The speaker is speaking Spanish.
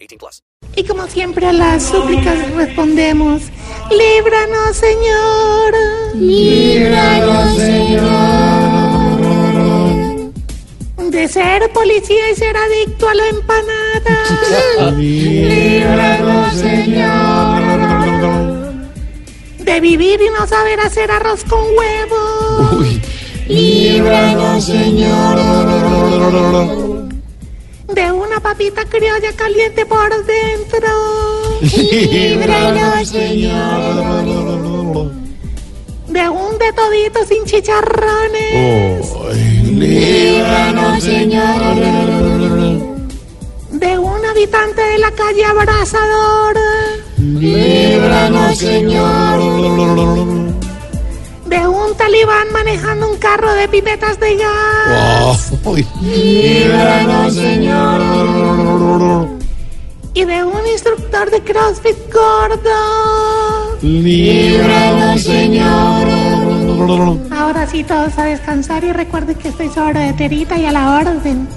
18 plus. Y como siempre a las súplicas respondemos, líbranos Señor. Líbranos Señor. De ser policía y ser adicto a la empanada. líbranos Señor. De vivir y no saber hacer arroz con huevo. Líbranos Señor. De una papita criolla caliente por dentro. Líbranos, Señor. De un de todito sin chicharrones. Líbranos, Señor. De un habitante de la calle abrazador. Líbranos, Señor. De un talibán manejando un carro de pipetas de gas. Líbranos, Señor. Y de un instructor de CrossFit gordo. Líbranos, Señor. Ahora sí, todos a descansar y recuerden que estoy sobre de terita y a la orden.